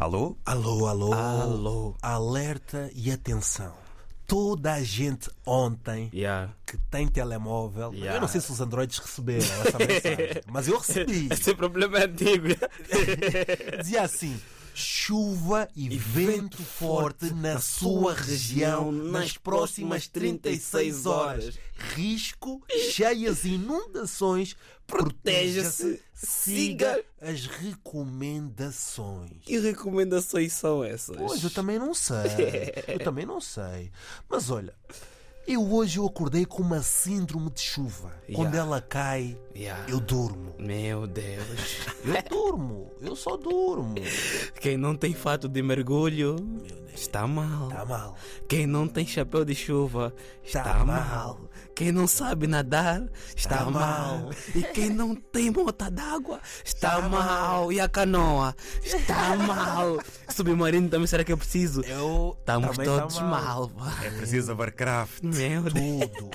Alô? Alô, alô, Alô. Alerta e atenção. Toda a gente ontem Yeah. que tem telemóvel, Yeah. eu não sei se os androides receberam essa mensagem, mas eu recebi. Esse problema é antigo. Dizia assim: chuva e, vento, vento forte na sua região nas próximas 36 horas. Risco, cheias e inundações. Proteja-se, Proteja-se, siga siga as recomendações. Que recomendações são essas? Pois, eu também não sei. Eu também não sei. Mas olha, eu hoje eu acordei com uma síndrome de chuva. Quando Yeah. ela cai, Yeah. eu durmo. Meu Deus. Eu durmo. Eu só durmo. Quem não tem fato de mergulho está mal. Tá mal. Quem não tem chapéu de chuva está Tá mal. mal. Quem não sabe nadar está, Tá mal. mal. E quem não tem mota d'água está mal. E a canoa está mal. Submarino também será que eu preciso? Eu Estamos também todos tá mal. mal. pá. É preciso a Warcraft. Meu Deus. Tudo.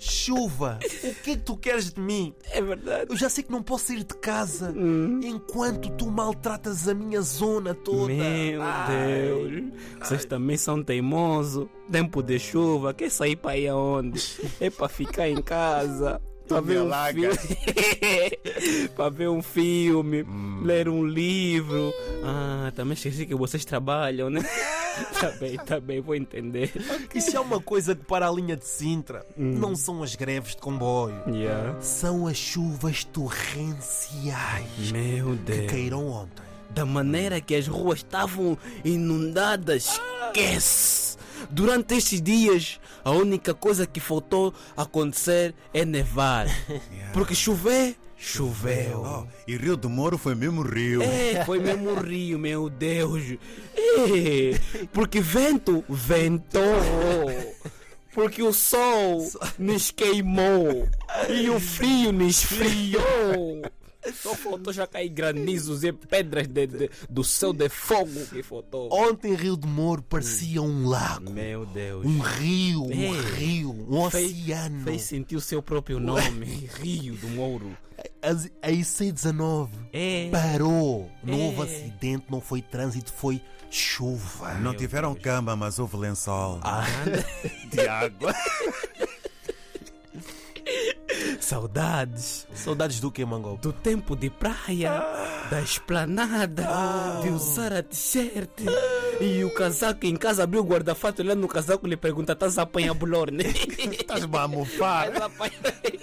Chuva, o que é que tu queres de mim? É verdade. Eu já sei que não posso sair de casa Hum. enquanto tu maltratas a minha zona toda. Meu Ai. Deus. Vocês também são teimosos. Tempo de chuva. Quer sair para ir aonde? É para ficar em casa. Para Me ver, um alaga. filme. para ver um filme, ler um livro. Ah, também esqueci que vocês trabalham, né? tá bem, tá bem, vou entender. Isso é uma coisa que para a linha de Sintra Hum. não são as greves de comboio. Yeah. São as chuvas torrenciais Meu É. que Deus. caíram ontem. da maneira que as ruas estavam inundadas. Esquece! Durante estes dias, a única coisa que faltou acontecer é nevar. Porque chover, choveu. Oh, e Rio do Moro foi mesmo Rio. É, foi mesmo o rio, meu Deus. É, porque vento, ventou. Porque o sol nos queimou e o frio nos friou. Só faltou já cair granizos e pedras de- de- do céu de fogo que faltou. Ontem Rio de Moro parecia um Hum. lago, Meu Deus. um rio, um É. rio, um Fez- oceano. Fez sentir o seu próprio nome, Rio do Mouro. As- A IC19 É. parou. Não É. houve acidente, não foi trânsito, foi chuva. Não tiveram cama, mas houve lençol. Ah, de água. Saudades. saudades do que, Mango? do tempo de praia, da esplanada, de usar a t-shirt e o casaco em casa abriu o guarda-fato olhando o casaco e lhe pergunta: estás a apanhar bolor, né? Estás a mofar. Estás a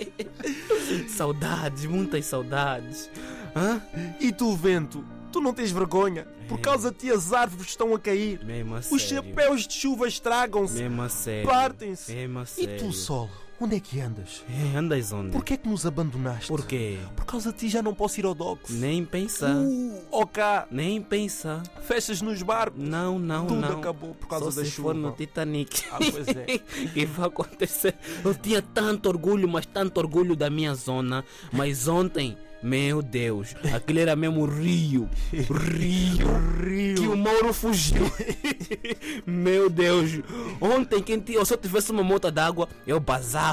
apanhar?" saudades, muitas saudades. Hã? E tu, vento? Tu não tens vergonha? Por causa de ti as árvores estão a cair. Mesmo a É. sério. Os chapéus de chuva estragam-se. Mesmo a sério. Partem-se. Mesmo a E sério. tu, sol? Onde é que andas? É, andas onde? Por que é que nos abandonaste? Por quê? Por causa de ti já não posso ir ao dox. Nem pensar. Uh, ok, Nem pensar. festas nos barcos. Não, não, Tudo não. acabou por causa Só da se chuva. for no Titanic. Ah, pois é. que vai acontecer. Eu tinha tanto orgulho, mas tanto orgulho da minha zona. Mas ontem, meu Deus, aquele era mesmo o Rio. Rio. Rio. Que o Mauro fugiu. meu Deus. Ontem, quem ti- eu só tivesse uma mota d'água, eu bazava.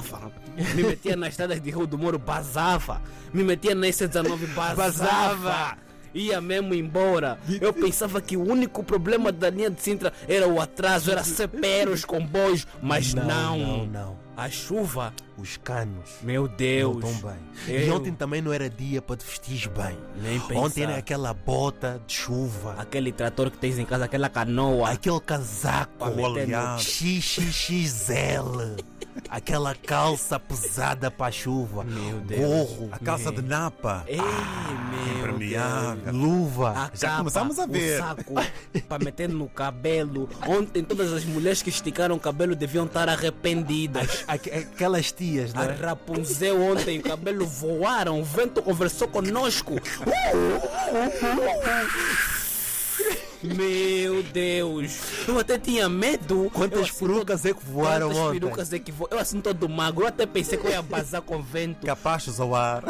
Me metia nas estradas de Rio do Moro, bazava. Me metia na IC19, Bazava. bazava. Ia mesmo embora. Eu pensava que o único problema da linha de Sintra era o atraso, era CPR os comboios, mas não. Não, não. A chuva, Os canos. meu Não Deus. estão bem. E Eu- ontem também não era dia para te vestir bem. Nem pensar. Ontem era aquela bota de chuva, Aquele trator que tens em casa, aquela canoa. aquele casaco O oleado. XXXL, aquela calça pesada para a chuva, Meu Deus. gorro, A calça de napa. Ah, Ei, ah, meu Deus. Impermeável. luva. A Já capa, começamos a ver. O saco para meter no cabelo. Ontem todas as mulheres que esticaram o cabelo deviam estar arrependidas. Aque- Aquelas tias, A é? né? Ah, Rapunzel ontem, o cabelo voaram, o vento conversou conosco. Meu Deus, eu até tinha medo. Eu Quantas assim, perucas é que voaram quantas ontem? perucas é que voaram? Eu assim todo magro, eu até pensei que eu ia bazar com vento. Capachos ao ar.